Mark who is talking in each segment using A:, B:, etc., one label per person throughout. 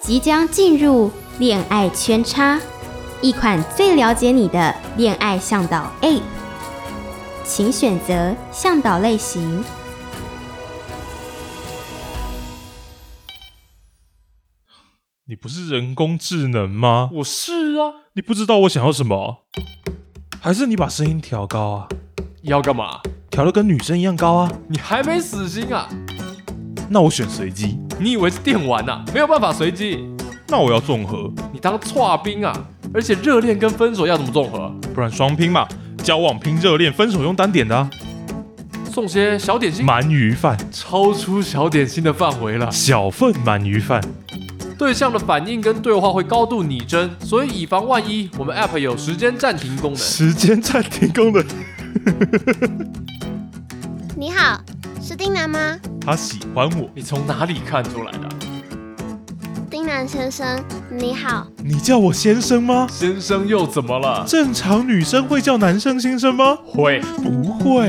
A: 即将进入恋爱圈叉，一款最了解你的恋爱向导 App，请选择向导类型。
B: 你不是人工智能吗？
C: 我是啊，
B: 你不知道我想要什么？还是你把声音调高啊？
C: 要干嘛？
B: 调的跟女生一样高啊？
C: 你还没死心啊？
B: 那我选随机，
C: 你以为是电玩啊？没有办法随机，
B: 那我要综合，
C: 你当搓冰啊？而且热恋跟分手要怎么综合？
B: 不然双拼嘛，交往拼热恋，分手用单点的、啊，
C: 送些小点心，
B: 鳗鱼饭，
C: 超出小点心的范围了。
B: 小份鳗鱼饭，
C: 对象的反应跟对话会高度拟真，所以以防万一，我们 App 有时间暂停功能。
B: 时间暂停功能，
D: 你好，是丁楠吗？
B: 他喜欢我，
C: 你从哪里看出来的？
D: 丁楠先生，你好，
B: 你叫我先生吗？
C: 先生又怎么了？
B: 正常女生会叫男生先生吗？
C: 会，
B: 不会。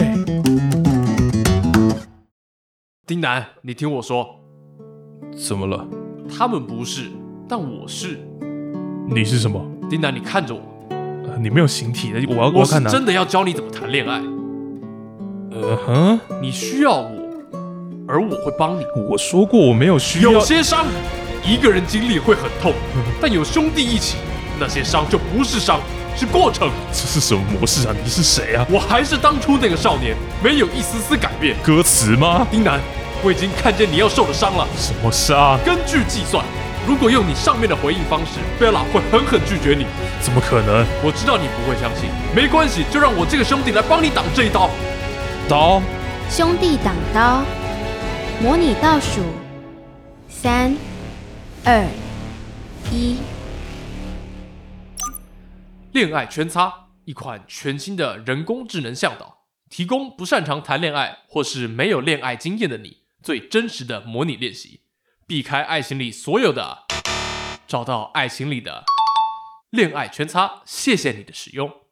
C: 丁楠，你听我说，
B: 怎么了？
C: 他们不是，但我是。
B: 你是什么？
C: 丁楠，你看着我，
B: 呃你没有形体的，我要我
C: 我
B: 要
C: 是
B: 看啊哪？
C: 真的要教你怎么谈恋爱，
B: 呃哼，
C: 你需要我，而我会帮你。
B: 我说过我没有需要。
C: 有些伤，一个人经历会很 痛，但有兄弟一起，那些伤就不是伤，是过程。
B: 这是什么模式啊？你是谁啊？
C: 我还是当初那个少年，没有一丝丝改变。
B: 歌词吗？
C: 丁楠，我已经看见你要受的伤了。
B: 什么啊杀？
C: 根据计算，如果用你上面的回应方式，贝拉会狠狠拒绝你。
B: 怎么可能？
C: 我知道你不会相信，没关系，就让我这个兄弟来帮你挡这一刀。
B: 刀
A: 兄弟挡刀，模拟倒数，三、二、一。
C: 恋爱圈擦，一款全新的人工智能向导，提供不擅长谈恋爱或是没有恋爱经验的你最真实的模拟练习，避开爱情里所有的，找到爱情里的恋爱圈擦。谢谢你的使用。